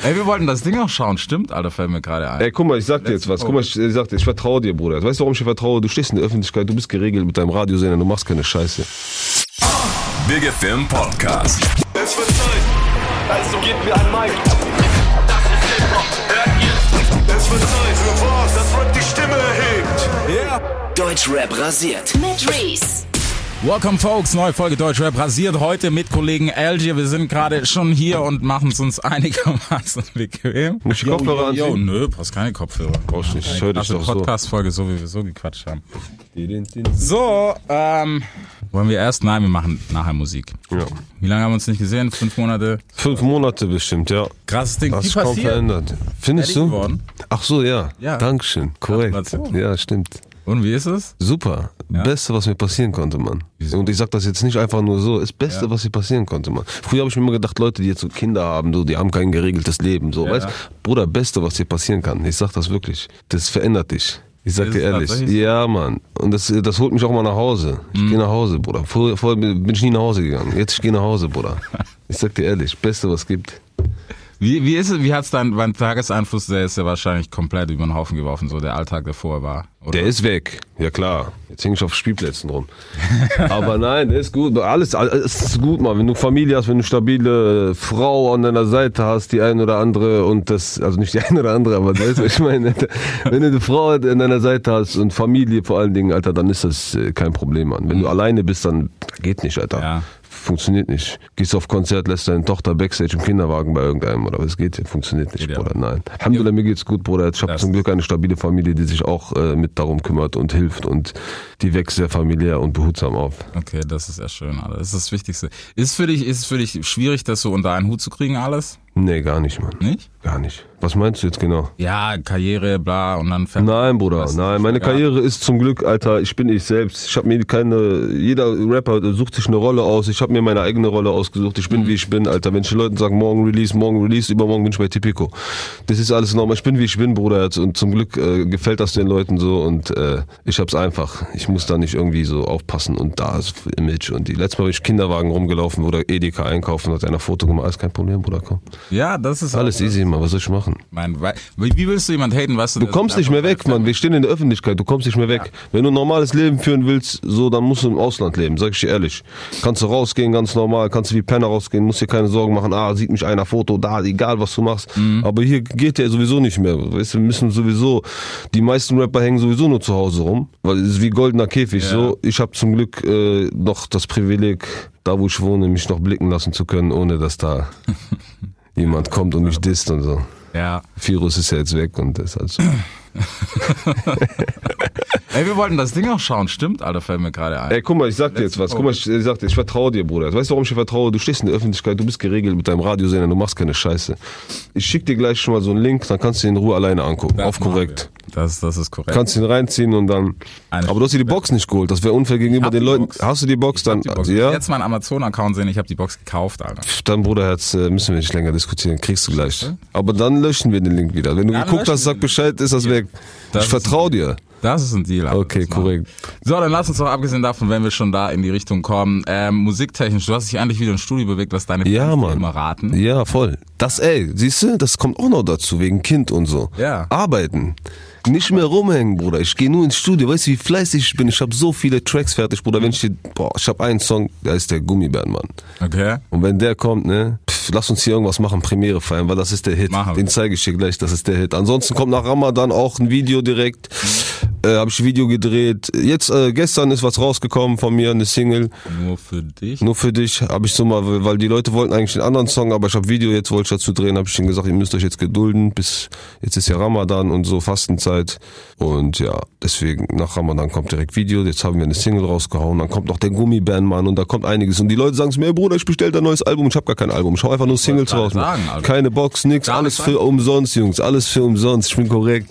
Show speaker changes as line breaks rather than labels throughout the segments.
Ey, wir wollten das Ding auch schauen, stimmt, Alter, fällt mir gerade ein.
Ey, guck mal, ich sag dir jetzt was. Guck mal, ich, ich sag dir, ich vertraue dir, Bruder. Weißt du, warum ich dir vertraue? Du stehst in der Öffentlichkeit, du bist geregelt mit deinem Radiosender, du machst keine Scheiße.
Big FM Podcast.
Es wird Zeit. Also gebt mir ein Mic. Das ist Hip-Hop. Hört ihr? Es wird Zeit für was? Das Rap die Stimme erhebt.
Deutschrap rasiert.
Mit Reese.
Welcome, folks. Neue Folge Deutschrap rasiert heute mit Kollegen Algier. Wir sind gerade schon hier und machen es uns einigermaßen bequem.
Muss ich Kopfhörer
Jo,
anziehen?
nö, brauchst keine Kopfhörer.
Brauchst nicht, ich höre dich
Klasse
doch so.
Podcast-Folge, so wie wir so gequatscht haben. So, ähm, wollen wir erst? Nein, wir machen nachher Musik.
Ja.
Wie lange haben wir uns nicht gesehen? Fünf Monate.
Fünf Monate bestimmt, ja.
Krasses Ding.
Hast
Wie
dich kaum
passiert?
verändert. Findest
Fertig
du?
geworden?
Ach so, ja.
Ja.
Dankeschön. Korrekt.
Gratulation.
Ja, stimmt.
Und wie ist es?
Super.
Ja.
Beste, was mir passieren konnte, Mann.
Wieso?
Und ich sag das jetzt nicht einfach nur so. Das Beste, was mir passieren konnte, Mann. Früher habe ich mir immer gedacht, Leute, die jetzt so Kinder haben, so, die haben kein geregeltes Leben. So, weißt
ja.
Bruder, Beste, was dir passieren kann. Ich sag das wirklich. Das verändert dich. Ich sag
Ist
dir
es
ehrlich.
tatsächlich so? Mhm.
Ja, Mann. Und das, das holt mich auch mal nach Hause. Ich geh gehe nach Hause, Bruder. Vorher, vorher bin ich nie nach Hause gegangen. Jetzt ich gehe nach Hause, Bruder. Ich sag dir ehrlich, Beste, was gibt.
Wie, wie ist es? Wie hat's dein, dein Tageseinfluss? Der ist ja wahrscheinlich komplett über den Haufen geworfen, so der Alltag, der vorher war. Oder?
Der ist weg. Ja klar. Jetzt hänge ich auf Spielplätzen rum. Aber nein, der ist gut. Alles, alles ist gut, Mann. Wenn du Familie hast, wenn du stabile Frau an deiner Seite hast, die ein oder andere und das, also nicht die ein oder andere, aber weißt du, was ich meine, wenn du eine Frau an deiner Seite hast und Familie vor allen Dingen, Alter, dann ist das äh, kein Problem, Mann. Wenn du alleine bist, dann geht nicht, Alter.
Mhm. Ja.
Funktioniert nicht. Gehst auf Konzert, lässt deine Tochter Backstage im Kinderwagen bei irgendeinem oder was geht? Funktioniert nicht,
Geht ja.
Bruder. Nein. Alhamdulillah, mir geht's gut, Bruder. Ich habe
Das-
zum Glück eine stabile Familie, die sich auch äh, mit darum kümmert und hilft und die wächst sehr familiär und behutsam auf.
Okay, das ist ja schön, Alter. Das ist das Wichtigste. Ist für dich, ist es für dich schwierig, das so unter einen Hut zu kriegen, alles?
Nee, gar nicht, Mann.
Nicht?
Gar nicht. Was meinst du jetzt genau?
Ja, Karriere, bla, und dann fährt
Nein, Bruder,
Was?
nein. Meine
Ja.
Karriere ist zum Glück, Alter, ich bin ich selbst. Ich habe mir keine, jeder Rapper sucht sich eine Rolle aus. Ich habe mir meine eigene Rolle ausgesucht. Ich
Mhm.
bin, wie ich bin, Alter. Wenn ich den Leuten sage, morgen Release, morgen Release, übermorgen bin ich bei Tipico. Das ist alles normal. Ich bin, wie ich bin, Bruder. jetzt. Und zum Glück äh, gefällt das den Leuten so. Und äh, ich hab's einfach. Ich muss da nicht irgendwie so aufpassen und da ist Image. Und die letztes Mal bin ich Kinderwagen rumgelaufen, Bruder, Edeka einkaufen, hat einer Foto gemacht. Alles kein Problem, Bruder, komm.
Ja, das ist
Alles easy, Mann. Was soll ich machen?
Mein, wei- wie, wie willst du jemand haten, weißt du?
Du kommst nicht mehr weg, Mann. Wir stehen in der Öffentlichkeit. Du kommst nicht mehr weg. Wenn du ein normales Leben führen willst, so, dann musst du im Ausland leben. Sag ich dir ehrlich. Kannst du rausgehen, ganz normal. Kannst du wie Penner rausgehen. Musst dir keine Sorgen machen. Ah, sieht mich einer Foto da. Egal, was du machst. Aber hier geht der sowieso nicht mehr. Weißt du, wir müssen sowieso, die meisten Rapper hängen sowieso nur zu Hause rum. Weil es ist wie goldener Käfig. So, ich habe zum Glück äh, noch das Privileg, da wo ich wohne, mich noch blicken lassen zu können, ohne dass da jemand kommt und mich disst und so.
Ja.
Virus ist ja jetzt weg und das ist alles.
Ey, wir wollten das Ding auch schauen, stimmt, Alter, fällt mir gerade ein.
Ey, guck mal, ich sag dir jetzt was. Guck mal, ich, ich sag dir, ich vertraue dir, Bruder. Weißt du, warum ich dir vertraue? Du stehst in der Öffentlichkeit, du bist geregelt mit deinem Radiosender, du machst keine Scheiße. Ich schick dir gleich schon mal so einen Link, dann kannst du ihn in Ruhe alleine angucken.
Das
auf
machen
korrekt.
wir. Das, das ist korrekt.
Kannst ihn reinziehen und dann.
Eine
aber du hast dir die Box nicht geholt. Das wäre unfair gegenüber
hab
den
die
Leuten.
Box.
Hast du die Box? Dann,
die Box.
ja?
Jetzt meinen Amazon-Account sehen, ich habe die Box gekauft, Alter.
Dann, Bruderherz, äh, müssen wir nicht länger diskutieren. Kriegst du gleich. Aber dann löschen wir den Link wieder. Wenn du
Dann
geguckt
löschen
hast, sag
wir den
Bescheid, ist das weg.
Das
ich
ist-
vertraue dir.
Das ist ein Deal. Alter.
Okay,
Das machen
korrekt.
wir. So, dann lass uns doch abgesehen davon, wenn wir schon da in die Richtung kommen, ähm, musiktechnisch, du hast dich eigentlich wieder ins Studio bewegt, was deine
Ja,
Fans
Mann.
immer raten.
Ja, voll. Das, ey, siehst du, das kommt auch noch dazu, wegen Kind und so.
Ja.
Arbeiten. Nicht mehr rumhängen, Bruder. Ich gehe nur ins Studio. Weißt du, wie fleißig ich bin? Ich habe so viele Tracks fertig, Bruder. Wenn ich hier, boah, ich habe einen Song, da ist der Gummibärenmann.
Okay.
Und wenn der kommt, ne, pff, lass uns hier irgendwas machen, Premiere feiern, weil das ist der Hit.
Machen wir.
Den zeige ich dir gleich, das ist der Hit. Ansonsten kommt nach Ramadan auch ein Video direkt. Äh, habe ich ein Video gedreht. Jetzt, äh, gestern ist was rausgekommen von mir, eine Single.
Nur für dich.
Nur für dich habe ich so mal, weil die Leute wollten eigentlich den anderen Song, aber ich habe Video jetzt wollte ich dazu drehen, habe ich ihnen gesagt, ihr müsst euch jetzt gedulden, bis jetzt ist ja Ramadan und so Fastenzeit und ja, deswegen nach Ramadan kommt direkt Video. Jetzt haben wir eine Single rausgehauen, dann kommt noch der Gummibärenmann und da kommt einiges und die Leute sagen es mir, ey Bruder, ich bestell ein neues Album, ich habe gar kein Album, ich hau einfach nur Singles raus.
gerade sagen, Alter.
Keine Box, nix,
Gar
alles
nicht sagen.
für umsonst, Jungs, alles für umsonst. Ich bin korrekt.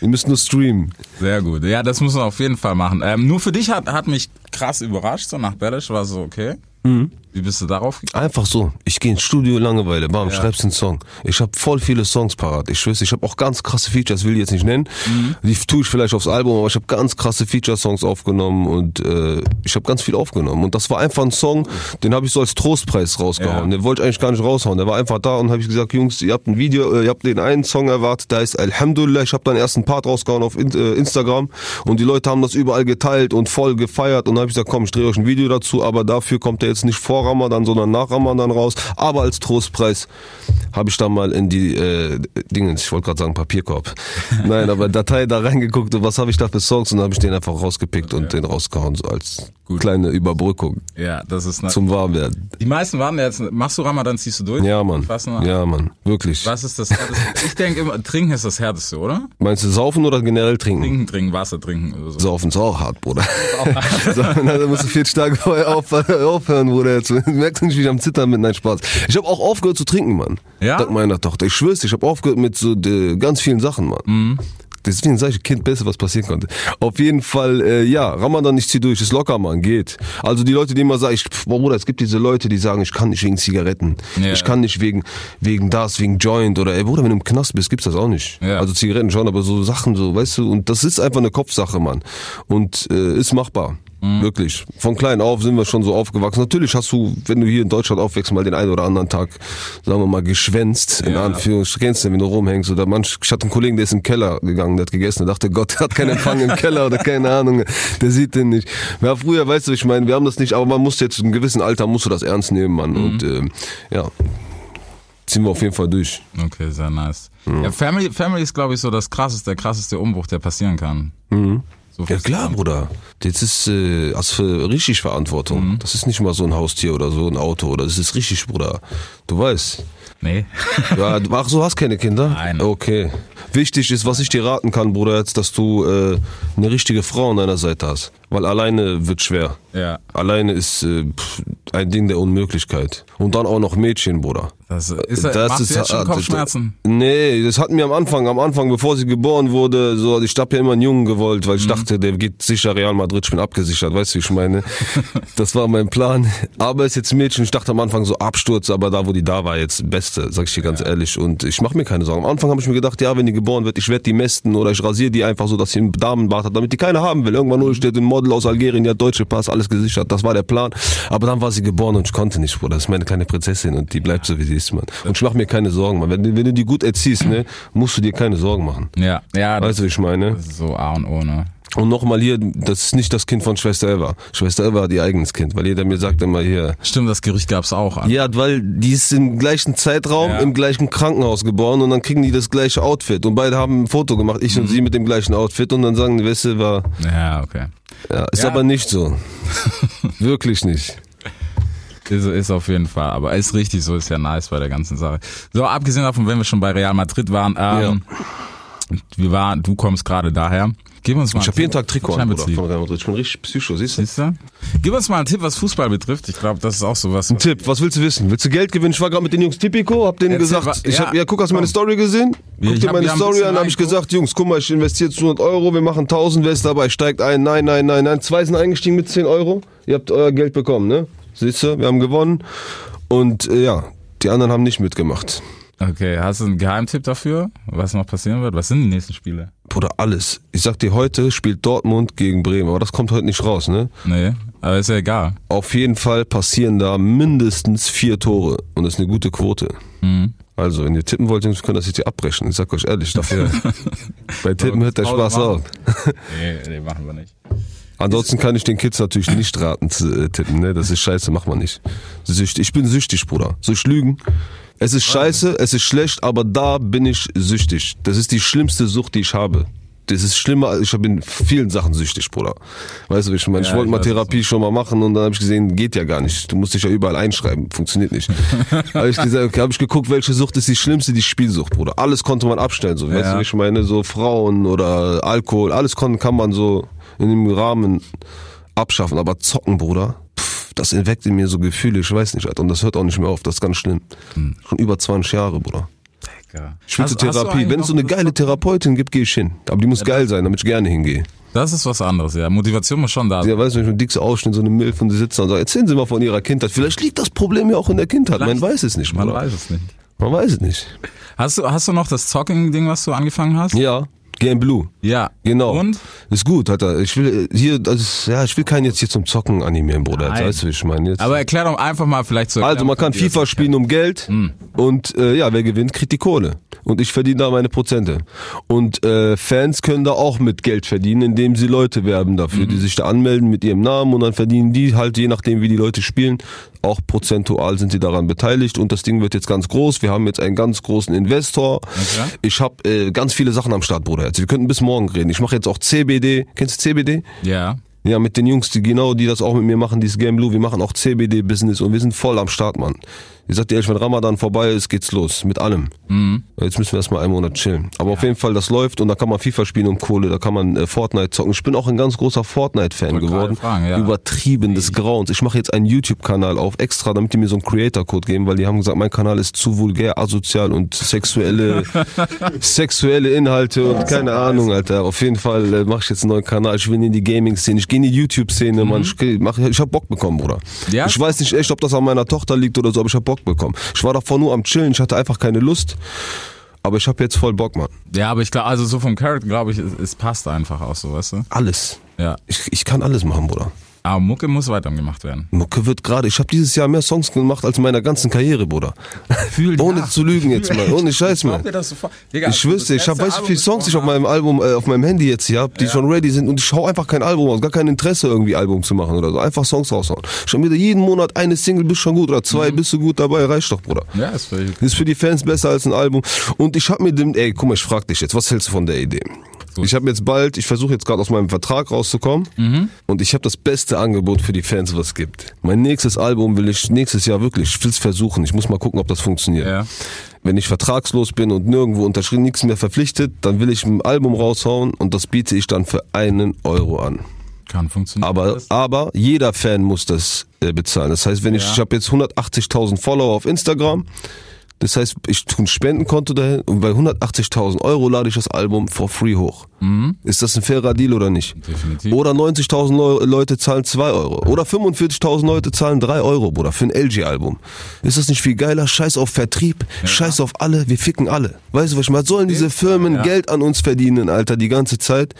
Ihr müsst nur streamen.
Sehr gut. Ja, das muss man auf jeden Fall machen. Ähm, nur für dich hat, hat mich krass überrascht, so nach Bellish war so, okay.
Mhm.
Wie bist du darauf gekommen?
Einfach so. Ich gehe ins Studio, Langeweile, bam, schreibst einen Song. Ich habe voll viele Songs parat. Ich schwöre, ich habe auch ganz krasse Features, will ich jetzt nicht nennen. Die tue ich vielleicht aufs Album, aber ich habe ganz krasse Feature-Songs aufgenommen und äh, ich habe ganz viel aufgenommen. Und das war einfach ein Song, den habe ich so als Trostpreis rausgehauen.
Ja.
Den wollte ich eigentlich gar nicht raushauen. Der war einfach da und habe ich gesagt, Jungs, ihr habt ein Video, äh, ihr habt den einen Song erwartet, der heißt Alhamdulillah. Ich habe dann erst einen Part rausgehauen auf In- äh, Instagram und die Leute haben das überall geteilt und voll gefeiert. Und dann habe ich gesagt, komm, ich drehe euch ein Video dazu, aber dafür kommt der jetzt nicht vor Ramadan, sondern nach Ramadan raus. Aber als Trostpreis habe ich dann mal in die äh, Dingens, ich wollte gerade sagen Papierkorb. Nein, aber Datei da reingeguckt und was habe ich da für Songs und dann habe ich den einfach rausgepickt und den rausgehauen, so als kleine Überbrückung
Ja, das ist ne
zum Warmwerden.
Die meisten waren jetzt, machst du Ramadan, ziehst du durch?
Ja, Mann.
Was,
Ja, Mann. Wirklich.
was ist das Härteste? Ich denke immer, trinken ist das Härteste, oder?
Meinst du saufen oder generell trinken?
Trinken, trinken, Wasser trinken oder so.
Saufen ist auch hart, Bruder. So, Na, da musst du vier Tage vorher auf, aufhören, Bruder. Jetzt merkst du nicht, wie ich am Zittern bin. Nein, Spaß. Ich habe auch aufgehört zu trinken, Mann.
Ja?
Dank meiner Tochter. Ich schwör's dir, ich habe aufgehört mit so äh, ganz vielen Sachen, Mann.
Mhm.
Deswegen sag ich, Kind, besser, was passieren konnte. Auf jeden Fall, äh, ja, Ramadan, ich zieh durch, ist locker, Mann, geht. Also die Leute, die immer sagen, ich, pff, boah, Bruder, es gibt diese Leute, die sagen, ich kann nicht wegen Zigaretten,
Ja.
ich kann nicht wegen wegen das, wegen Joint oder, ey, Bruder, wenn du im Knast bist, gibt's das auch nicht.
Ja.
Also Zigaretten schon, aber so Sachen, so, weißt du, und das ist einfach eine Kopfsache, Mann. Und äh, ist machbar. Wirklich. Von klein auf sind wir schon so aufgewachsen. Natürlich hast du, wenn du hier in Deutschland aufwächst, mal den einen oder anderen Tag, sagen wir mal, geschwänzt, in
Ja.
Anführungsstrichen, kennst du, wenn du rumhängst. Oder manch, ich hatte einen Kollegen, der ist in den Keller gegangen, der hat gegessen, der dachte, Gott, der hat keinen Empfang im Keller oder keine Ahnung, der sieht den nicht. Ja, früher, weißt du, ich meine, wir haben das nicht, aber man muss jetzt, in einem gewissen Alter musst du das ernst nehmen, Mann. Und ähm, ja, ziehen wir auf jeden Fall durch.
Okay, sehr nice. Ja, Family, Family ist, glaube ich, so das krasseste, der krasseste Umbruch, der passieren kann. So
Mhm. Ja
fürs-
klar, Bruder. Mhm. Das ist äh, das für richtig Verantwortung. Das ist nicht mal so ein Haustier oder so ein Auto oder das ist richtig, Bruder. Du weißt.
Nee.
Ja, du- ach, du hast keine Kinder?
Nein.
Okay. Wichtig ist, was ich dir raten kann, Bruder, jetzt, dass du äh, eine richtige Frau an deiner Seite hast. Weil alleine wird schwer.
Ja.
Alleine ist äh, pff, ein Ding der Unmöglichkeit. Und dann auch noch Mädchen, Bruder.
Das ist, machst du jetzt schon
ah, das-
Kopfschmerzen?
Nee, das hatten wir am Anfang, am Anfang, bevor sie geboren wurde, so, ich hab ja immer einen Jungen gewollt,
Mhm.
weil ich dachte, der geht sicher Real Madrid, ich bin abgesichert, weißt du, wie ich meine? das war mein Plan. Aber ist jetzt ein Mädchen, ich dachte am Anfang so Absturz, aber da, wo die da war, jetzt Beste, sag ich dir ganz ehrlich. Und ich mache mir keine Sorgen. Am Anfang habe ich mir gedacht, ja, wenn die geboren wird, ich werde die mästen oder ich rasiere die einfach so, dass sie einen Damenbart hat, damit die keiner haben will. Irgendwann hol ich dir den Model aus Algerien, der hat deutsche Pass, alles gesichert, das war der Plan. Aber dann war sie geboren und ich konnte nicht, Bruder. Das ist meine kleine Prinzessin und die bleibt so, wie sie ist, Mann. Und ich mache mir keine Sorgen, Mann. Wenn, du- wenn du die gut erziehst, ne, musst du dir keine Sorgen machen.
Ja, ja, das
Weißt du, wie ich meine?
ist so A und O, ne?
Und nochmal hier, das ist nicht das Kind von Schwester Eva. Schwester Eva hat ihr eigenes Kind, weil jeder mir sagt immer hier,
Stimmt, das Gerücht gab's auch an.
ja, weil die ist im gleichen Zeitraum
Ja.
im gleichen Krankenhaus geboren und dann kriegen die das gleiche Outfit. Und beide haben ein Foto gemacht, ich
Mhm.
und sie mit dem gleichen Outfit und dann sagen die, weißt du, war,
Ja, okay.
ja, ist
Ja.
aber nicht so. Wirklich nicht.
Ist, ist auf jeden Fall, aber ist richtig so, ist ja nice bei der ganzen Sache. So, abgesehen davon, wenn wir schon bei Real Madrid waren, ähm, wir waren, du kommst gerade daher. Gib uns mal
Ich
einen
habe jeden
Tipp.
Tag Trikot an,
Champions
Bruder, von
League.
Real Madrid. Ich bin richtig Psycho, siehst du?
Siehst du? Gib uns mal einen Tipp, was Fußball betrifft. Ich glaube, das ist auch sowas. was-
Tipp, was willst du wissen? Willst du Geld gewinnen? Ich war gerade mit den Jungs Tipico, hab denen
Erzähl
gesagt,
wa-
ich
ja,
hab, ja, guck, hast du meine
komm.
Story gesehen?
Ja,
Guck
ich
dir
hab-
meine
wir haben ein
Story
bisschen
an, hab ich
reingeguckt.
gesagt, Jungs, guck mal, ich investiere 200 Euro, wir machen 1000, wer ist dabei? Steigt ein, nein, nein, nein, nein. Zwei sind eingestiegen mit 10 Euro, ihr habt euer Geld bekommen, ne? Siehst du, wir haben gewonnen und äh, ja, die anderen haben nicht mitgemacht.
Okay, hast du einen Geheimtipp dafür, was noch passieren wird? Was sind die nächsten Spiele?
Bruder, alles. Ich sag dir, heute spielt Dortmund gegen Bremen, aber das kommt heute nicht raus, ne?
Nee, aber ist ja egal.
Auf jeden Fall passieren da mindestens vier Tore und das ist eine gute Quote.
Mhm.
Also, wenn ihr tippen wollt, Jungs, könnt ihr das jetzt hier abbrechen. Ich sag euch ehrlich, dafür. Bei Tippen hört der
Pause
Spaß auf.
machen. Nee, nee, machen wir nicht.
Ansonsten kann ich den Kids natürlich nicht raten zu äh, tippen, ne? Das ist scheiße, macht man nicht. Sücht, ich bin süchtig, Bruder. Soll ich lügen? Es ist scheiße, es ist schlecht, aber da bin ich süchtig. Das ist die schlimmste Sucht, die ich habe. Das ist schlimmer, ich bin in vielen Sachen süchtig, Bruder. Weißt du, wie ich meine? ich
Ja,
wollte
ich
mal
weiß, was du
Therapie schon mal machen und dann habe ich gesehen, geht ja gar nicht. Du musst dich ja überall einschreiben, funktioniert nicht. habe ich gesagt, okay, habe ich geguckt, welche Sucht ist die schlimmste, die Spielsucht, Bruder. Alles konnte man abstellen, so, weißt
Ja.
du, wie ich meine, so Frauen oder Alkohol, alles kon- kann man so in dem Rahmen abschaffen, aber zocken, Bruder. Pff, das entweckt in mir so Gefühle, ich weiß nicht, Alter. Und das hört auch nicht mehr auf, das ist ganz schlimm. Schon über 20 Jahre, Bruder.
Egal.
Ich will
Hast-
zur
Hm. hast du
Therapie.
eigentlich
Wenn es so
noch-
eine geile Therapeutin gibt, gehe ich hin. Aber die muss geil sein, damit ich gerne hingehe.
Das ist was anderes, ja. Motivation muss schon da sein.
Ja, weißt du, wenn ich mit Dicks ausschnitt, so eine Milf und sie sitzen da und sagen, erzählen Sie mal von Ihrer Kindheit. Vielleicht liegt das Problem ja auch in der Kindheit. Man
Vielleicht.
weiß es nicht,
Man
Bruder.
weiß es nicht.
Man weiß es nicht.
Hast du, hast du noch das Talking-Ding, was du angefangen hast?
Ja, Game Blue.
Ja.
Genau.
Und?
Ist gut, Alter. Ich will äh, hier, das ist, ja, ich will keinen jetzt hier zum Zocken animieren, Bruder.
Nein.
Weißt du, wie ich meine? Jetzt.
Aber erklär doch einfach mal vielleicht so.
also man kann FIFA spielen um Geld und äh, ja, wer gewinnt, kriegt die Kohle. Und ich verdiene da meine Prozente. Und äh, Fans können da auch mit Geld verdienen, indem sie Leute werben dafür, die sich da anmelden mit ihrem Namen und dann verdienen die halt, je nachdem wie die Leute spielen, auch prozentual sind sie daran beteiligt. Und das Ding wird jetzt ganz groß. Wir haben jetzt einen ganz großen Investor. Ich habe äh, ganz viele Sachen am Start, Bruder. Jetzt. Wir könnten bis morgen reden. Ich mache jetzt auch CBD. Kennst du CBD?
Ja.
Ja, mit den Jungs, die genau, die das auch mit mir machen, dieses Game Blue. Wir machen auch CBD-Business und wir sind voll am Start, Mann. Ich sag dir ehrlich, wenn Ramadan vorbei ist, geht's los. Mit allem.
Mhm.
Jetzt müssen wir erstmal einen Monat chillen. Aber auf jeden Fall, das läuft und da kann man FIFA spielen um Kohle, da kann man äh, Fortnite zocken. Ich bin auch ein ganz großer Fortnite-Fan
Wollte
geworden.
gerade fragen, ja.
Übertrieben des Grauens. Ich mache jetzt einen YouTube-Kanal auf extra, damit die mir so einen Creator-Code geben, weil die haben gesagt, mein Kanal ist zu vulgär, asozial und sexuelle, sexuelle Inhalte und keine Ahnung, Alter. Auf jeden Fall äh, mache ich jetzt einen neuen Kanal. Ich will in die Gaming-Szene, ich gehe in die YouTube-Szene, Mann. Ich, geh- mach, ich hab Bock bekommen, Bruder.
Mhm. Ja?
Ich weiß nicht echt, ob das an meiner Tochter liegt oder so, aber ich hab Bock bekommen. Ich war davor nur am Chillen, ich hatte einfach keine Lust. Aber ich hab jetzt voll Bock, Mann.
Ja, aber ich glaube, also so vom Carrot glaube ich, es, es passt einfach auch so, weißt du?
Alles.
Ja.
Ich, ich kann alles machen, Bruder.
Aber Mucke muss weitergemacht werden.
Mucke wird gerade, ich habe dieses Jahr mehr Songs gemacht als in meiner ganzen Karriere, Bruder.
Fühl
Ohne
nach.
zu lügen jetzt, Mann. Ohne Scheiß,
glaub
Mann.
dir das sofort. Digga, also
Ich schwör's dir, ich habe
das
weiß
erste
wie viele
Album,
Songs
das
ich auf meinem Album, äh, auf meinem Handy jetzt hier hab, die schon ready sind und ich hau einfach kein Album aus, gar kein Interesse irgendwie Album zu machen oder so, einfach Songs raushauen. Schon wieder jeden Monat eine Single, bist schon gut oder zwei, bist du gut dabei, reicht doch, Bruder.
Mhm. Ja, ist völlig
Ist für die Fans besser als ein Album. Und ich habe mir dem, ey, guck mal, ich frag dich jetzt, was hältst du von der Idee? Ich habe jetzt bald, ich versuche jetzt gerade aus meinem Vertrag rauszukommen und ich habe das beste Angebot für die Fans, was es gibt. Mein nächstes Album will ich nächstes Jahr wirklich, ich will's versuchen. Ich muss mal gucken, ob das funktioniert.
Ja.
Wenn ich vertragslos bin und nirgendwo unterschrieben, nichts mehr verpflichtet, dann will ich ein Album raushauen und das biete ich dann für einen Euro an.
kann funktionieren.
Aber, aber jeder Fan muss das äh, bezahlen. Das heißt, wenn ich, ich habe jetzt 180.000 Follower auf Instagram. Das heißt, ich tue ein Spendenkonto dahin und bei 180.000 Euro lade ich das Album for free hoch. Ist das ein fairer Deal oder nicht?
Definitiv.
Oder 90.000 Leu- Leute zahlen 2 Euro. Oder 45.000 Leute zahlen 3 Euro, Bruder, für ein LG-Album. Ist das nicht viel geiler? Scheiß auf Vertrieb, scheiß auf alle, wir ficken alle. Weißt du, was ich meine? Sollen diese Firmen Geld an uns verdienen, Alter, die ganze Zeit?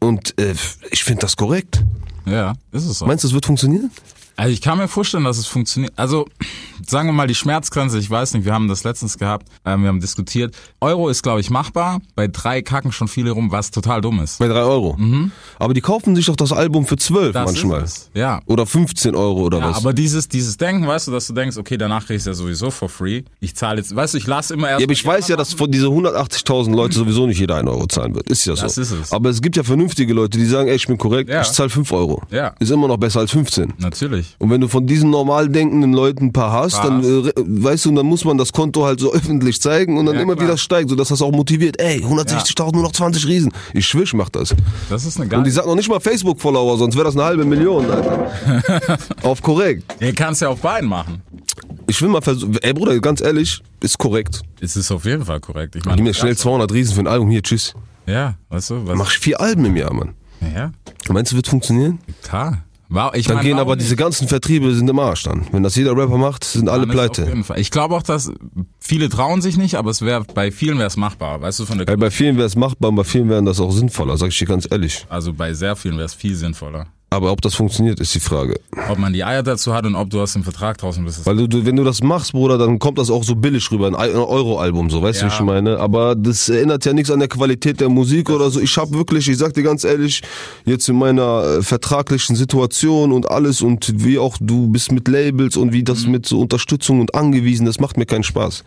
Und äh, ich finde das korrekt.
ja, ist es so.
Meinst du, es wird funktionieren?
Also ich kann mir vorstellen, dass es funktioniert. Also sagen wir mal die Schmerzgrenze, ich weiß nicht, wir haben das letztens gehabt, ähm, wir haben diskutiert. Euro ist, glaube ich, machbar. Bei drei kacken schon viele rum, was total dumm ist.
Bei 3 Euro. Aber die kaufen sich doch das Album für 12 manchmal.
Mhm. Ist es. Ja.
Oder 15 Euro oder
Ja,
was.
aber dieses, dieses Denken, weißt du, dass du denkst, okay, danach krieg ich's ja sowieso for free. Ich zahle jetzt, weißt du, ich lass immer erst.
ja, aber ich weiß ja, dass von diese 180.000 Leute sowieso nicht jeder 1 Euro zahlen wird. Ist ja so.
Das ist es.
Aber es gibt ja vernünftige Leute, die sagen, ey, ich bin korrekt,
Ja.
ich zahle 5 Euro.
Ja.
Ist immer noch besser als 15.
Natürlich.
Und wenn du von diesen normal denkenden Leuten ein paar hast,
Paar
dann
hast.
äh, re- weißt du, dann muss man das Konto halt so öffentlich zeigen und dann
Ja,
immer
klar.
wieder steigt, sodass das auch motiviert. Ey, 160.000, nur noch 20 Riesen. Ich schwör, ich mach das.
Das ist eine
Und
geile.
die sagt noch nicht mal Facebook-Follower, sonst wäre das eine halbe Million, Alter. Auf korrekt.
Ihr kannst ja auf beiden machen.
Ich will mal versuchen. Ey Bruder, ganz ehrlich, ist korrekt.
Es ist auf jeden Fall korrekt. Ich meine,
Gib mir schnell 200 Riesen für ein Album. Hier, tschüss.
ja, weißt du, was?
Mach ich vier Alben im Jahr, Mann.
Ja,
Meinst du, wird funktionieren?
klar. Wow, ich
Dann
meine,
gehen
warum
aber diese
nicht?
ganzen Vertriebe sind im Arsch dann. Wenn das jeder Rapper macht, sind alle
Dann ist Auf
pleite.
jeden Fall. Ich glaube auch, dass viele trauen sich nicht, aber es wäre bei vielen wäre es machbar. Weißt du, von der
Ey, bei vielen wäre es machbar und bei vielen wären das auch sinnvoller, sag ich dir ganz ehrlich.
also bei sehr vielen wäre es viel sinnvoller.
Aber ob das funktioniert, ist die Frage.
Ob man die Eier dazu hat und ob du aus dem Vertrag draußen bist. ist-
Weil du, du, wenn du das machst, Bruder, dann kommt das auch so billig rüber, ein Ei- ein Euro-Album, so, weißt du,
Ja.
wie ich meine? Aber das erinnert ja nichts an der Qualität der Musik oder so. Ich hab wirklich, ich sag dir ganz ehrlich, jetzt in meiner äh, vertraglichen Situation und alles und wie auch du bist mit Labels und wie
Mhm.
das mit so Unterstützung und angewiesen, das macht mir keinen Spaß.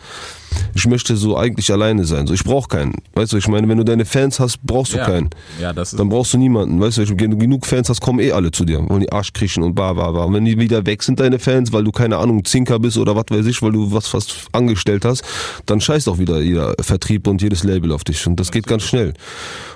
Ich möchte so eigentlich alleine sein, so. Ich brauch keinen, weißt du, ich meine, wenn du deine Fans hast, brauchst du
ja.
keinen.
ja, das ist
Dann brauchst du niemanden, weißt du, wenn du genug Fans hast, kommen eh alle zu dir, wollen die Arsch kriechen und bla bla bla. Und wenn die wieder weg sind, deine Fans, weil du, keine Ahnung, Zinker bist oder was weiß ich, weil du was fast angestellt hast, dann scheißt auch wieder jeder Vertrieb und jedes Label auf dich und das geht ganz schnell.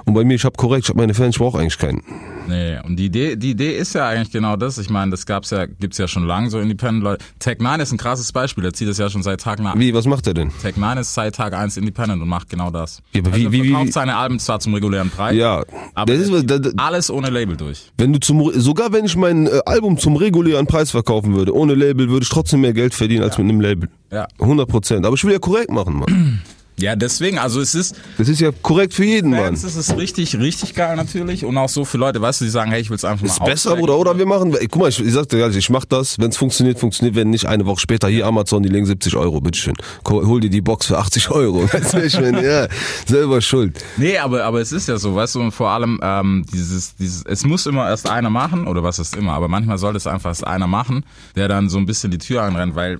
Und bei mir, ich hab korrekt, ich hab meine Fans, ich brauch eigentlich keinen.
Nee, und die Idee, die Idee ist ja eigentlich genau das. Ich meine, das gab's ja, gibt's ja schon lange so Independent Leute. Tech9 ist ein krasses Beispiel, der zieht das ja schon seit Tag nach.
Wie, was macht er denn?
Tech 9 ist seit Tag 1 independent und macht genau das.
Ja, aber wie-
also
wie- wie-
verkauft
wie-
seine Alben zwar zum regulären Preis,
Ja,
aber
das ist, was- da- da-
alles ohne Label durch.
wenn du zum, sogar wenn ich mein äh, Album zum regulären Preis verkaufen würde, ohne Label, würde ich trotzdem mehr Geld verdienen als mit einem Label.
Ja.
100 Prozent. Aber ich will ja korrekt machen, Mann.
Ja, deswegen, also es ist,
Das ist ja korrekt für jeden, Mann.
Fans ist es richtig, richtig geil natürlich und auch so für Leute, weißt du, die sagen, hey, ich will es einfach mal
Ist besser,
aufchecken.
Bruder, oder wir machen, ey, guck mal, ich, ich sag dir ehrlich, ich mach das, wenn's funktioniert, funktioniert, wenn nicht, eine Woche später, hier Amazon, die legen 70 Euro, bitteschön. Ko- Hol dir die Box für 80 Euro, weißt du, ich meine, ja, selber schuld.
Nee, aber, aber es ist ja so, weißt du, und vor allem ähm, dieses, dieses, es muss immer erst einer machen, oder was ist immer, aber manchmal sollte es einfach erst einer machen, der dann so ein bisschen die Tür anrennt, weil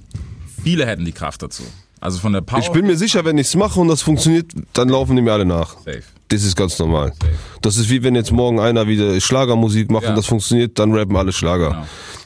viele hätten die Kraft dazu. Also von der Power
Ich bin mir sicher, wenn ich's mache und das funktioniert, dann laufen die mir alle nach.
safe.
Das ist ganz normal. Das ist wie wenn jetzt morgen einer wieder Schlagermusik macht
Ja.
und das funktioniert, dann rappen alle Schlager.
Genau.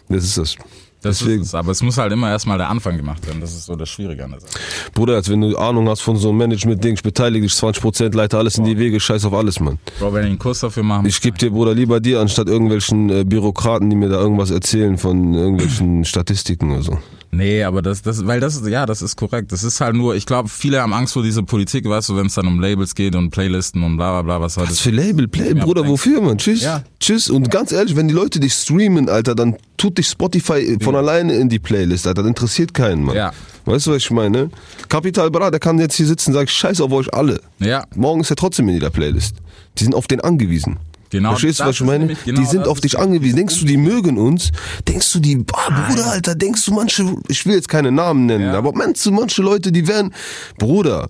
Das ist das.
Das
Deswegen.
ist es, aber es muss halt immer erstmal der Anfang gemacht werden. Das ist so das Schwierige an der Sache.
Bruder, als wenn du Ahnung hast von so einem Management-Ding, ich beteilige dich 20%, leite alles in die Wege, scheiß auf alles, Mann.
Bro, wenn ich einen Kurs dafür machen
Ich geb dir, Bruder, lieber dir, anstatt irgendwelchen äh, Bürokraten, die mir da irgendwas erzählen von irgendwelchen Statistiken oder so.
Nee, aber das, das, weil das, ja, das ist korrekt. Das ist halt nur, ich glaube, viele haben Angst vor dieser Politik, weißt du, wenn es dann um Labels geht und Playlisten und bla bla bla, was halt
Was für Label, Play, Bruder,
thanks.
wofür, Mann? Tschüss.
Ja.
Tschüss. Und ganz ehrlich, wenn die Leute dich streamen, Alter, dann tut dich Spotify von alleine in die Playlist, Alter. Das interessiert keinen, Mann.
Ja.
Weißt du, was ich meine? Kapital Bra, der kann jetzt hier sitzen und sagen, scheiß auf euch alle.
Ja.
Morgen ist er trotzdem in jeder Playlist. Die sind auf den angewiesen.
Genau,
Verstehst du,
das
was ich
ist
meine?
nämlich genau
die sind
das
auf
ist
dich
der
angewiesen. Denkst du, die mögen uns? Denkst du, die, ah, Bruder, Alter, denkst du, manche, ich will jetzt keine Namen nennen,
Ja.
aber meinst du, manche Leute, die werden, Bruder,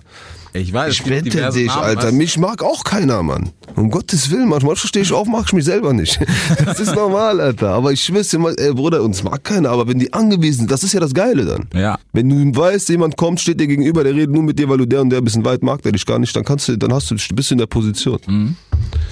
Ich weiß,
ich
es gibt
wette
diverse
dich,
Namen,
Alter.
weißt du?
Mich mag auch keiner, Mann. Um Gottes Willen, manchmal stehe ich auf, mag ich mich selber nicht. Das ist normal, Alter. Aber ich schwör's dir mal, ey, Bruder, uns mag keiner. Aber wenn die angewiesen sind, das ist ja das Geile dann.
Ja.
Wenn du weißt, jemand kommt, steht dir gegenüber, der redet nur mit dir, weil du der und der ein bisschen weit mag, der dich gar nicht, dann kannst du, dann hast du, bist du in der Position.
Mhm.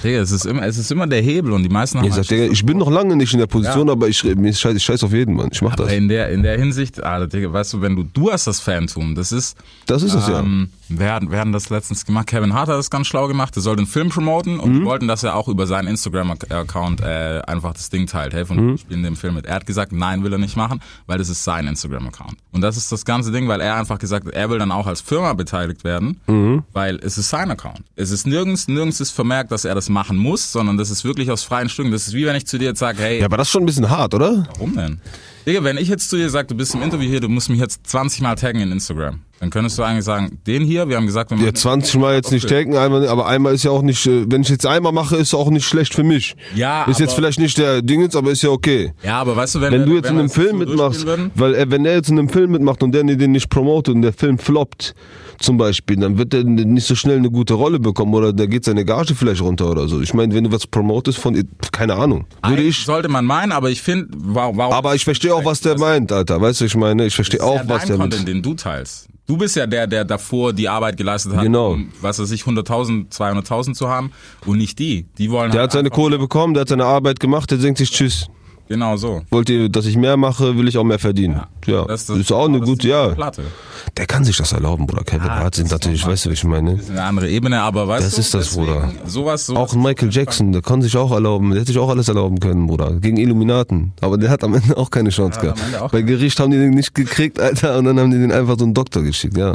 Digga, es ist immer, es ist immer der Hebel und die meisten haben
Ich
halt
sag dir, ich bin noch lange nicht in der Position, aber ich, mir ist scheiß, ich scheiß auf jeden, Mann. Ich mach das.
Aber in der, in der Hinsicht, Alter, Digga, weißt du, wenn du, du hast das Fantum, das ist,
Das ist es ja.
ähm, wer, hat- wer hat denn das letztens gemacht? Kevin Hart hat das ganz schlau gemacht, der soll den Film promoten und die wollten, dass er auch über seinen Instagram-Account äh, einfach das Ding teilt, hey, von mhm. spielen dem Film mit. Er hat gesagt, nein, will er nicht machen, weil das ist sein Instagram-Account. Und das ist das ganze Ding, weil er einfach gesagt hat, er will dann auch als Firma beteiligt werden, weil es ist sein Account. Es ist nirgends, nirgends ist vermerkt, dass er das machen muss, sondern das ist wirklich aus freien Stücken. Das ist wie wenn ich zu dir jetzt sage, hey,
Ja, aber das ist schon ein bisschen hart, oder?
Warum denn? Digga, wenn ich jetzt zu dir sage, du bist im Interview hier, du musst mich jetzt 20 Mal taggen in Instagram, dann könntest du eigentlich sagen, den hier, wir haben gesagt, wir machen
Ja, 20 Mal jetzt nicht denken, einmal, aber einmal ist ja auch nicht, äh, wenn ich jetzt einmal mache, ist auch nicht schlecht für mich.
Ja,
Ist jetzt
aber-
vielleicht nicht der Dingens, aber ist ja okay.
Ja, aber weißt du, wenn,
Wenn
wir-
du jetzt in
wir
einem
das jetzt
Film
so
mitmachst,
durchspielen würden-
weil er, wenn er jetzt in einem Film mitmacht und der den nicht promotet und der Film floppt, zum Beispiel, dann wird er nicht so schnell eine gute Rolle bekommen oder da geht seine Gage vielleicht runter oder so. Ich meine, wenn du was promotest von, keine Ahnung, würde
Eigentlich
ich,
sollte man meinen, aber ich finde, warum, warum
aber ich verstehe auch, was der meint, Alter. Weißt du, ich meine, ich verstehe
ist
auch,
ja
was
dein
der meint.
Content, den du teilst. Du bist ja der, der davor die Arbeit geleistet hat,
Genau.
um, was weiß ich, 100.000, 200.000 zu haben und nicht die. Die wollen
Der
halt
hat seine
einfach-
Kohle bekommen, der hat seine Arbeit gemacht, der denkt sich, tschüss.
Genau so.
Wollt ihr, dass ich mehr mache, will ich auch mehr verdienen. Ja,
Das-
ist,
das- Genau,
auch eine
das ist Ah,
gute, ja.
Platte.
Der kann sich das erlauben, Bruder. Kevin Hart sind natürlich, weißt du, wie ich meine?
Das ist eine andere Ebene, aber weißt
Das
du,
ist das,
deswegen,
Bruder.
Sowas, sowas
Auch ein Michael Jackson, der kann sich auch erlauben, der hätte sich auch alles erlauben können, Bruder. Gegen Illuminaten. Aber der hat am Ende auch keine Chance
Ja, hat am Ende
gehabt.
auch
Bei Gericht haben die den nicht gekriegt, Alter, und dann haben die den einfach so einen Doktor geschickt, ja.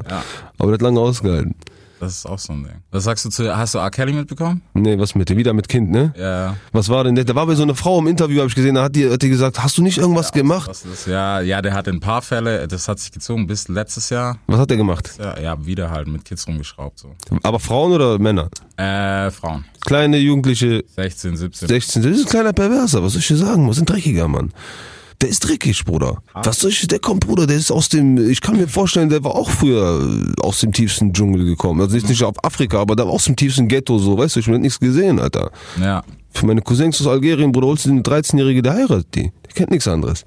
Aber der hat lange ausgehalten.
Das ist auch so ein Ding. Was sagst du zu, hast du R. Kelly mitbekommen?
Nee, was mit dir? Wieder mit Kind, ne?
Ja,
Was war denn? der- Da war bei so einer Frau im Interview, habe ich gesehen, da hat die, hat die gesagt, hast du nicht irgendwas gemacht?
das ist, ja, ja, der hat ein paar Fälle, das hat sich gezogen bis letztes Jahr.
Was hat er gemacht?
Ja, ja wieder halt mit Kids rumgeschraubt, so.
Aber Frauen oder Männer?
Äh, Frauen.
Kleine, jugendliche,
16, 17.
16. Das ist ein kleiner Perverser, was soll ich dir sagen? Was ist ein dreckiger Mann? Der ist dreckig, Bruder. Was soll ich, der kommt, Bruder, der ist aus dem, ich kann mir vorstellen, der war auch früher äh, aus dem tiefsten Dschungel gekommen. Also jetzt nicht auf Afrika, aber der war aus dem tiefsten Ghetto, so, weißt du, ich hab nichts gesehen, Alter.
ja.
Für meine Cousins aus Algerien, Bruder, holst du den 13-Jährige, der heiratet die. Der kennt nichts anderes.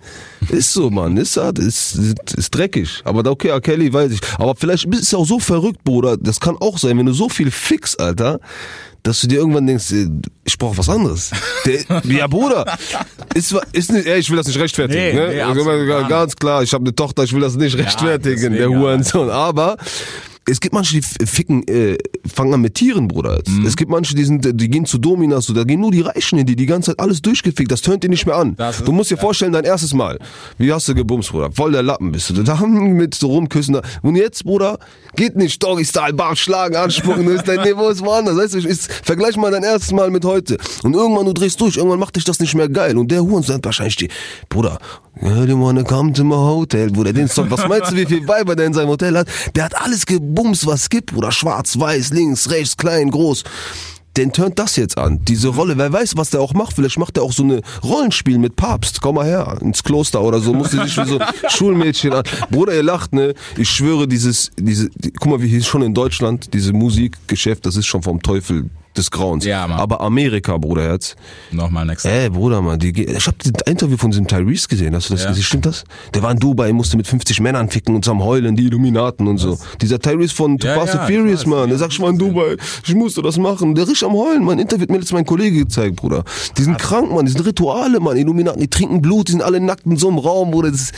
Ist so, Mann. Ist, hart, ist, ist, ist dreckig. Aber da- okay, R. Kelly, weiß ich. Aber vielleicht bist du auch so verrückt, Bruder. Das kann auch sein, wenn du so viel fix, Alter, dass du dir irgendwann denkst, äh, ich brauche was anderes. Der, ja, Bruder. Ist, wa- ist nicht, ey, ich will das nicht rechtfertigen.
Nee,
ne?
nee, absolut gar nicht.
Ganz klar, ich habe eine Tochter, ich will das nicht rechtfertigen, der
deswegen,
Hurensohn. Aber es gibt manche, die f- ficken, äh, fangen an mit Tieren, Bruder. Jetzt.
Mhm.
Es gibt manche, die sind, die gehen zu Dominas, so, da gehen nur die Reichen hin, die die ganze Zeit alles durchgefickt, das tönt dir nicht mehr an.
Das ist-
du musst dir vorstellen, dein erstes Mal, wie hast du gebumst, Bruder? Voll der Lappen bist du. Da haben die mit so rumküssen. Da. Und jetzt, Bruder, geht nicht, Doggy-Style, Bart schlagen, anspucken, du bist dein Niveau ist woanders. Weißt du, ist, vergleich mal dein erstes Mal mit heute. Und irgendwann, du drehst durch, irgendwann macht dich das nicht mehr geil. Und der Hurensohn hat wahrscheinlich die, Bruder, yeah, you wanna come to my hotel, Bruder, den Song, was meinst du, wie viel Weiber der in seinem Hotel hat? Der hat alles gebumst, was es gibt, Bruder, schwarz, weiß, links, rechts, klein, groß. Den turnt das jetzt an, diese Rolle. Wer weiß, was der auch macht. Vielleicht macht er auch so eine Rollenspiel mit Papst. Komm mal her, ins Kloster oder so. Musste sich wie so ein Schulmädchen an. Bruder, ihr lacht, ne? Ich schwöre, dieses, diese, die, guck mal, wie hier schon in Deutschland, diese Musikgeschäft, das ist schon vom Teufel des Grauens.
Ja, Mann.
Aber Amerika, Bruder, jetzt.
Nochmal nächstes.
Ey, Bruder, Mann, die, ge- ich hab das Interview von diesem Tyrese gesehen, hast du das
Ja.
gesehen? Stimmt das? Der war in Dubai, musste mit 50 Männern ficken und am Heulen, die Illuminaten und so. Dieser Tyrese von
Ja,
Fast
ja,
and
ich
Furious,
weiß,
Mann,
ja,
der sagt, ich war in Dubai, ich musste das machen. Der riecht am Heulen, Mann. Interview hat mir jetzt mein Kollege gezeigt, Bruder. Die sind krank, Mann, die sind Rituale, Mann. Illuminaten, die trinken Blut, die sind alle nackt in so einem Raum, Bruder. Das ist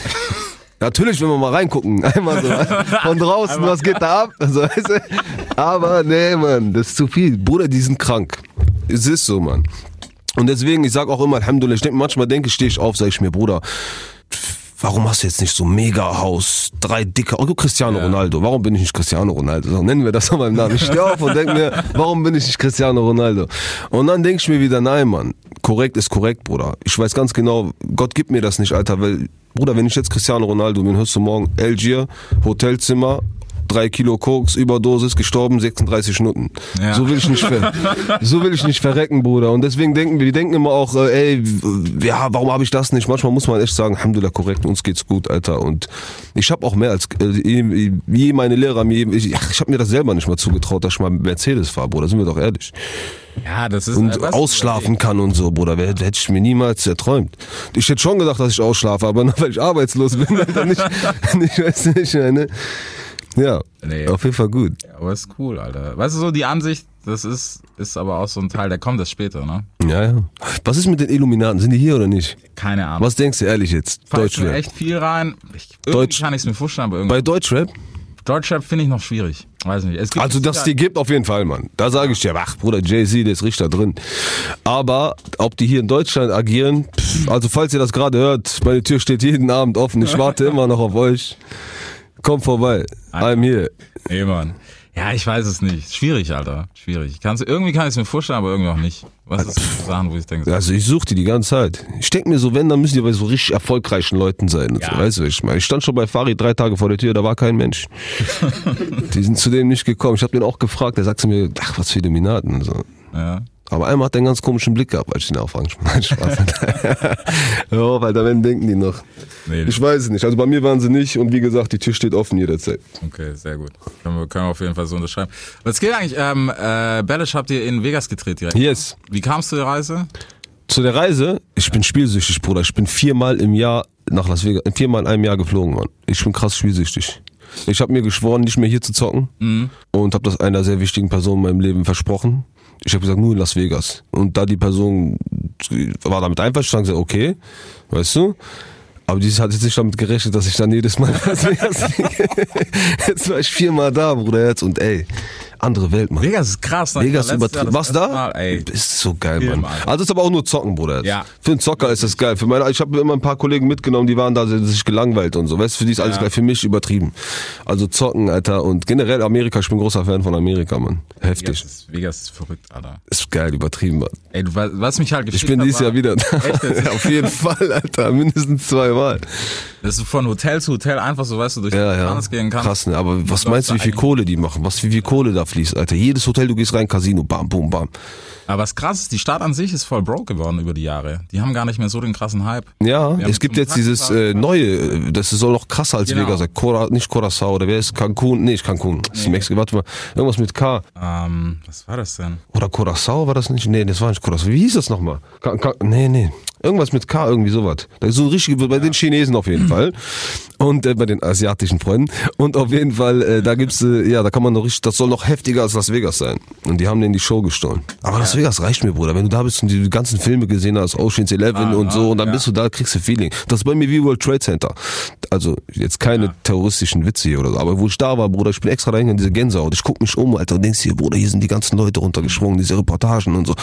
Natürlich, wenn wir mal reingucken, einmal so von draußen, was geht da ab? Also, weißt du? Aber nee, Mann, das ist zu viel. Bruder, die sind krank. Es ist so, Mann. Und deswegen, ich sag auch immer, Alhamdulillah, ich denk, manchmal denke ich, stehe ich auf, sage ich mir, Bruder, warum hast du jetzt nicht so ein Mega-Haus, drei dicke, oh, guck, Cristiano Ronaldo, warum bin ich nicht Cristiano Ronaldo? So, nennen wir das doch mal im Namen. Ich stehe auf und denke mir, warum bin ich nicht Cristiano Ronaldo? Und dann denke ich mir wieder, nein, Mann, korrekt ist korrekt, Bruder. Ich weiß ganz genau, Gott gibt mir das nicht, Alter, weil, Bruder, wenn ich jetzt Cristiano Ronaldo bin, hörst du morgen Algier, Hotelzimmer, drei Kilo Koks, Überdosis, gestorben, 36 Minuten.
Ja.
So will ich nicht ver so will ich nicht verrecken, Bruder. Und deswegen denken wir, die denken immer auch, äh, ey, w- ja, warum habe ich das nicht? Manchmal muss man echt sagen, Alhamdulillah, korrekt, uns geht's gut, Alter. Und ich habe auch mehr als äh, je meine Lehrer mir, ich, ach, ich habe mir das selber nicht mal zugetraut, dass ich mal mit Mercedes fahre, Bruder. Sind wir doch ehrlich.
Ja, das ist
Und
äh, was-
ausschlafen kann und so, Bruder. Wer- Hätte ich mir niemals erträumt. Ich hätte schon gedacht, dass ich ausschlafe, aber nur weil ich arbeitslos bin, Alter, nicht, ich weiß nicht, ne? Ja,
Nee.
auf jeden Fall gut.
Ja, aber ist cool, Alter. Weißt du, so die Ansicht, das ist, ist aber auch so ein Teil, der kommt erst später, ne?
Ja, ja. Was ist mit den Illuminaten? Sind die hier oder nicht?
Keine Ahnung.
Was denkst du ehrlich jetzt?
Falls mir
Deutschrap.
ne, echt viel rein. Ich, irgendwie
Deutsch-
kann ich es mir vorstellen, aber irgendwie.
Bei Deutschrap?
Deutschrap finde ich noch schwierig. Weiß nicht. Es gibt
Also, dass es die gibt, auf jeden Fall, Mann. Da sage ich dir, ach, Bruder, Jay-Z, der ist Richter drin. Aber, ob die hier in Deutschland agieren, pff, also, falls ihr das gerade hört, meine Tür steht jeden Abend offen. Ich warte immer noch auf euch. Kommt vorbei. I'm here.
Ey, Mann. Ja, ich weiß es nicht. Schwierig, Alter. Schwierig. Kannst, irgendwie kann ich es mir vorstellen, aber irgendwie auch nicht. Was ist das für Sachen, wo ich denke,
Also, ich suche die die ganze Zeit. Ich denke mir so, wenn, dann müssen die bei so richtig erfolgreichen Leuten sein. Und so. Weißt du, was ich meine? Ich stand schon bei Farid drei Tage vor der Tür, da war kein Mensch. die sind zu dem nicht gekommen. Ich habe den auch gefragt, der sagt zu mir, ach, was für Illuminaten. und So.
ja.
Aber einmal hat er einen ganz komischen Blick gehabt, als ich ihn auffangen. Nein, Spaß. Hör auf, Alter, wenn denken die noch?
Nee,
Ich weiß es nicht. Also bei mir waren sie nicht und wie gesagt, die Tür steht offen jederzeit.
okay, sehr gut. Können wir, können wir auf jeden Fall so unterschreiben. Was geht eigentlich? Ähm, äh, Bellish habt ihr in Vegas gedreht direkt.
Yes.
Wie kamst du der Reise?
Zu der Reise, ich bin spielsüchtig, Bruder. Ich bin viermal im Jahr nach Las Vegas, äh, viermal in einem Jahr geflogen, Mann. Ich bin krass spielsüchtig. Ich habe mir geschworen, nicht mehr hier zu zocken und habe das einer sehr wichtigen Person in meinem Leben versprochen. Ich habe gesagt, nur in Las Vegas. Und da die Person war damit einverstanden, gesagt, okay, weißt du, Aber dieses hat jetzt nicht damit gerechnet, dass ich dann jedes Mal Las Vegas fliege. Jetzt war ich viermal da, Bruder, jetzt. Und ey, andere Welt, Mann.
Vegas ist krass. ne?
Vegas
Ich war letztes Jahr
übertrieben.
das
Was
erste
da?
Mal, ey.
Ist so geil,
Film,
Mann.
Alter.
Also ist aber auch nur Zocken, Bruder. jetzt.
Ja.
Für einen Zocker ist das geil. Für meine, ich habe immer ein paar Kollegen mitgenommen, die waren da die haben sich gelangweilt und so. Weißt du, für die ist alles geil. Für mich übertrieben. Also Zocken, Alter. Und generell Amerika, ich bin großer Fan von Amerika, Mann. Heftig.
Vegas ist, Vegas ist verrückt, Alter.
Ist geil, übertrieben, Mann.
Ey, du, weißt- was mich halt
Ich
geschickt
bin
hat,
dieses
war-
Jahr wieder da.
Echt jetzt?
Auf jeden Fall, Alter. Mindestens zweimal.
Das ist von Hotel zu Hotel einfach so, weißt du, durch
Ja,
die
ja.
Landes gehen kannst.
Krass, ne? Aber was
Läufst
meinst du,
da
wie viel
ein.
Kohle die machen? Was, wie viel Kohle da fließt, Alter? Jedes Hotel, du gehst rein, Casino, bam, bum, bam.
Aber was krass ist, die Stadt an sich ist voll broke geworden über die Jahre. Die haben gar nicht mehr so den krassen Hype.
Ja,
Wir haben
es gibt
zum
jetzt dieses
Taxifahrer-
äh, neue, äh, das soll noch krasser als
Genau.
Vegas. Cora, nicht Curaçao, oder wer ist Cancun? Nee, nicht Cancun. Das ist Mexiko, warte mal. Irgendwas mit K.
Ähm, was war das denn?
Oder Curaçao war das nicht? Nee, das war nicht Curaçao. Wie hieß das nochmal? Ka Ka nee, nee. Irgendwas mit K, irgendwie sowas. Das ist so richtig, bei den Chinesen auf jeden Fall. Und äh, bei den asiatischen Freunden. Und auf jeden Fall, äh, da gibt's, äh, ja, da kann man noch richtig, das soll noch heftiger als Las Vegas sein. Und die haben denen die Show gestohlen. Aber Las Vegas reicht mir, Bruder. Wenn du da bist und die
Ah,
ganzen Filme gesehen hast, Ocean's Eleven und so, und dann bist du da, kriegst du Feeling. Das ist bei mir wie World Trade Center. also jetzt keine terroristischen Witze hier oder so, aber wo ich da war, Bruder, ich bin extra dahin in diese Gänsehaut. Ich guck mich um, Alter, und denkst dir, Bruder, hier sind die ganzen Leute runtergeschwungen, diese Reportagen und so.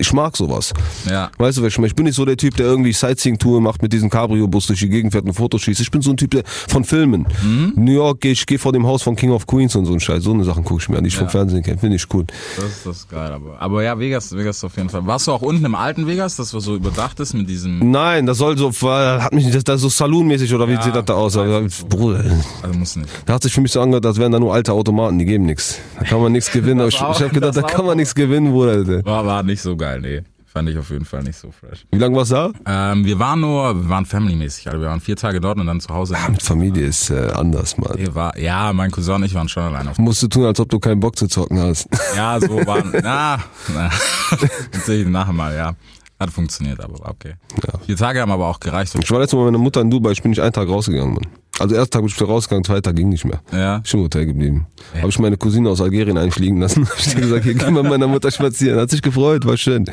Ich mag sowas.
Ja.
Weißt du, was ich meine? Ich bin nicht so der Typ, der irgendwie Sightseeing-Tour macht mit diesem Cabrio-Bus durch die Gegend fährt und Fotos schießt. Ich bin so ein Typ der von Filmen. New York, ich gehe vor dem Haus von King of Queens und so ein Scheiß. So eine Sachen gucke ich mir an, die ich vom Fernsehen kenne. Finde ich cool.
Das ist das ist geil, aber. Aber ja, Vegas, Vegas auf jeden Fall. Warst du auch unten im alten Vegas, das was so überdacht ist mit diesem.
Nein, das soll so, äh, hat mich, das, das ist so saloonmäßig oder wie sieht das da aus? Aber, Bruder,
Also muss nicht.
Da hat sich für mich so angehört, als wären da nur alte Automaten, die geben nichts. Da kann man nichts gewinnen. Aber ich ich
war auch-
habe gedacht,
das
da
war
kann man
auch-
nichts gewinnen, Bruder. Alter.
War, war nicht so geil, nee. Fand ich auf jeden Fall nicht so fresh.
Wie lange war's da?
Ähm, wir waren nur, wir waren familymäßig, also wir waren vier Tage dort und dann zu Hause.
Mit Familie ist äh, anders, Mann.
Hier war, ja, mein Cousin und ich waren schon allein auf.
Musst du tun, als ob du keinen Bock zu zocken hast.
Ja, so waren. Na, na. Sehe ich nachher mal, ja. Hat funktioniert, aber war okay. Vier Tage haben aber auch gereicht.
Ich war letztes Mal mit meiner Mutter in Dubai, ich bin nicht einen Tag rausgegangen, Mann. Also ersten Tag bin ich wieder rausgegangen, zweiter Tag ging nicht mehr.
Ja.
Ich bin im Hotel geblieben. Hab Habe ich meine Cousine aus Algerien einfliegen lassen. Hab ich dann gesagt, hier geh mal mit meiner Mutter spazieren. Hat sich gefreut, war schön.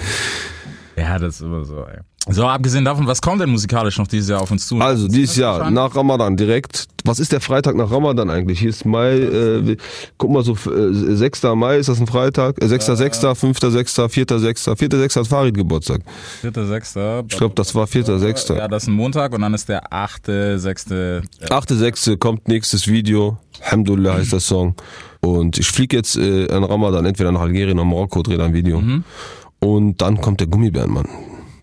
Ja, das ist immer so, ey. So, abgesehen davon, was kommt denn musikalisch noch dieses Jahr auf uns zu?
Also dieses Jahr nach Ramadan direkt. Was ist der Freitag nach Ramadan eigentlich? Hier ist Mai, äh, wir- guck mal so, f- äh, 6. Mai ist das ein Freitag? Äh, 6. 6., 5. 6., 4. 6., 4. 6. hat Farid Geburtstag.
Dritter, sechster.
Ich glaube, das war 4. 6.
Ja, das ist ein Montag und dann ist der achte, sechste.
8. 6. kommt nächstes Video. Alhamdulillah heißt das Song. Und ich fliege jetzt äh, an Ramadan entweder nach Algerien oder Marokko, drehe da ein Video.
Mhm.
Und dann kommt der Gummibärenmann.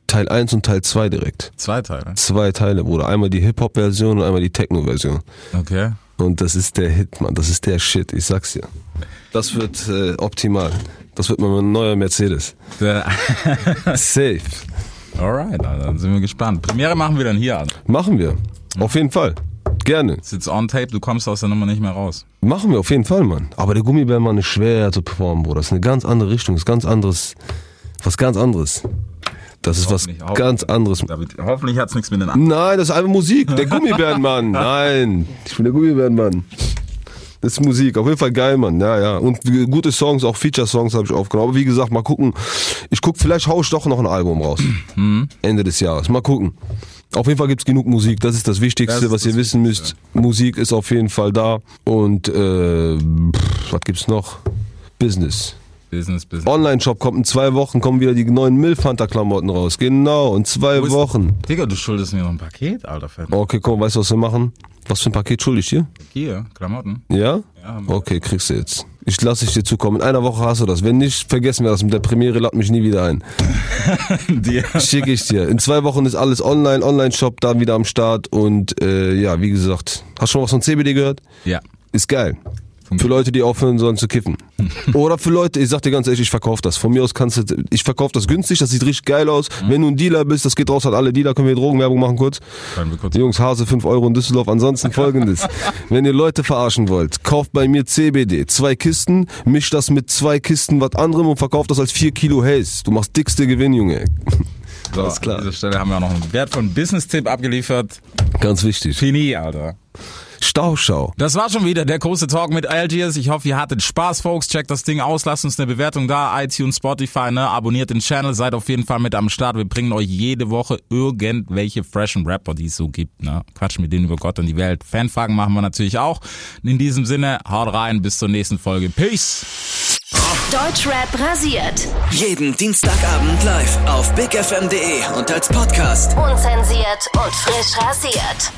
Teil 1 und Teil 2 direkt.
Zwei Teile.
Zwei Teile, Bruder. Einmal die Hip-Hop-Version und einmal die Techno-Version.
Okay.
Und das ist der Hit, Mann. Das ist der Shit. Ich sag's dir. Das wird äh, optimal. Das wird mein neuer Mercedes.
Der,
Safe.
alright, also, dann sind wir gespannt. Premiere machen wir dann hier an.
Machen wir. Auf jeden Fall. Gerne.
Ist jetzt on tape, du kommst aus der Nummer nicht mehr raus.
Machen wir auf jeden Fall, Mann. Aber der Gummibärmann ist schwer zu performen, Bruder. Das ist eine ganz andere Richtung. Das ist ganz anderes. Was ganz anderes. Das ist was
Hoffentlich auch.
ganz anderes.
David, hoffentlich hat's nichts mit den anderen.
Nein, das ist einfach Musik. Der Gummibärenmann. Nein. Ich bin der Gummibärenmann. Das ist Musik, auf jeden Fall geil, Mann. Ja, ja. Und wie- gute Songs, auch Feature-Songs habe ich aufgenommen. Aber wie gesagt, mal gucken. Ich guck, vielleicht hau ich doch noch ein Album raus.
Mhm.
Ende des Jahres. Mal gucken. Auf jeden Fall gibt's genug Musik. Das ist das Wichtigste,
Das ist
was ihr
das
wissen müsst. Musik ist auf jeden Fall da. Und äh, pff, was gibt's noch? Business.
Business, Business.
Online-Shop kommt in zwei Wochen, kommen wieder die neuen Milf Hunter-Klamotten raus. Genau, in zwei
Wo ist-
Wochen.
Digga, du schuldest mir noch ein Paket, alter Fett.
Okay, komm, weißt du, was wir machen? Was für ein Paket schuldig dir?
Hier, Klamotten.
Ja?
Ja, haben wir.
Okay, kriegst du jetzt. Ich lasse dich dir zukommen. In einer Woche hast du das. Wenn nicht, vergessen wir das. Mit der Premiere lad mich nie wieder ein.
Dir.
Schicke ich dir. In zwei Wochen ist alles online, Online-Shop, dann wieder am Start. Und äh, ja, wie gesagt, hast du schon was von CBD gehört?
Ja.
Ist geil. Für Leute, die aufhören sollen zu kiffen. Oder für Leute, ich sag dir ganz ehrlich, ich verkaufe das. Von mir aus kannst du, ich verkaufe das günstig, das sieht richtig geil aus.
Mhm.
Wenn du ein Dealer bist, das geht raus an alle Dealer, können wir Drogenwerbung machen kurz.
Können wir kurz-
Jungs, Hase 5 Euro in Düsseldorf. Ansonsten folgendes. Wenn ihr Leute verarschen wollt, kauft bei mir CBD. Zwei Kisten, mischt das mit zwei Kisten was anderem und verkauft das als 4 Kilo Haze. Du machst dickste Gewinn, Junge.
So,
Alles klar.
An dieser Stelle haben wir auch noch einen wertvollen Business-Tipp abgeliefert.
Ganz wichtig.
Fini, Alter.
Stauschau.
Das war schon wieder der große Talk mit LGS. Ich hoffe, ihr hattet Spaß, Folks. Checkt das Ding aus, lasst uns eine Bewertung da, iTunes, Spotify, ne? Abonniert den Channel, seid auf jeden Fall mit am Start. Wir bringen euch jede Woche irgendwelche freshen Rapper, die es so gibt, ne? Quatschen mit denen über Gott und die Welt. Fanfragen machen wir natürlich auch. In diesem Sinne, haut rein, bis zur nächsten Folge. Peace!
Deutschrap rasiert.
Jeden Dienstagabend live auf bigfm.de und als Podcast.
Unzensiert und frisch rasiert.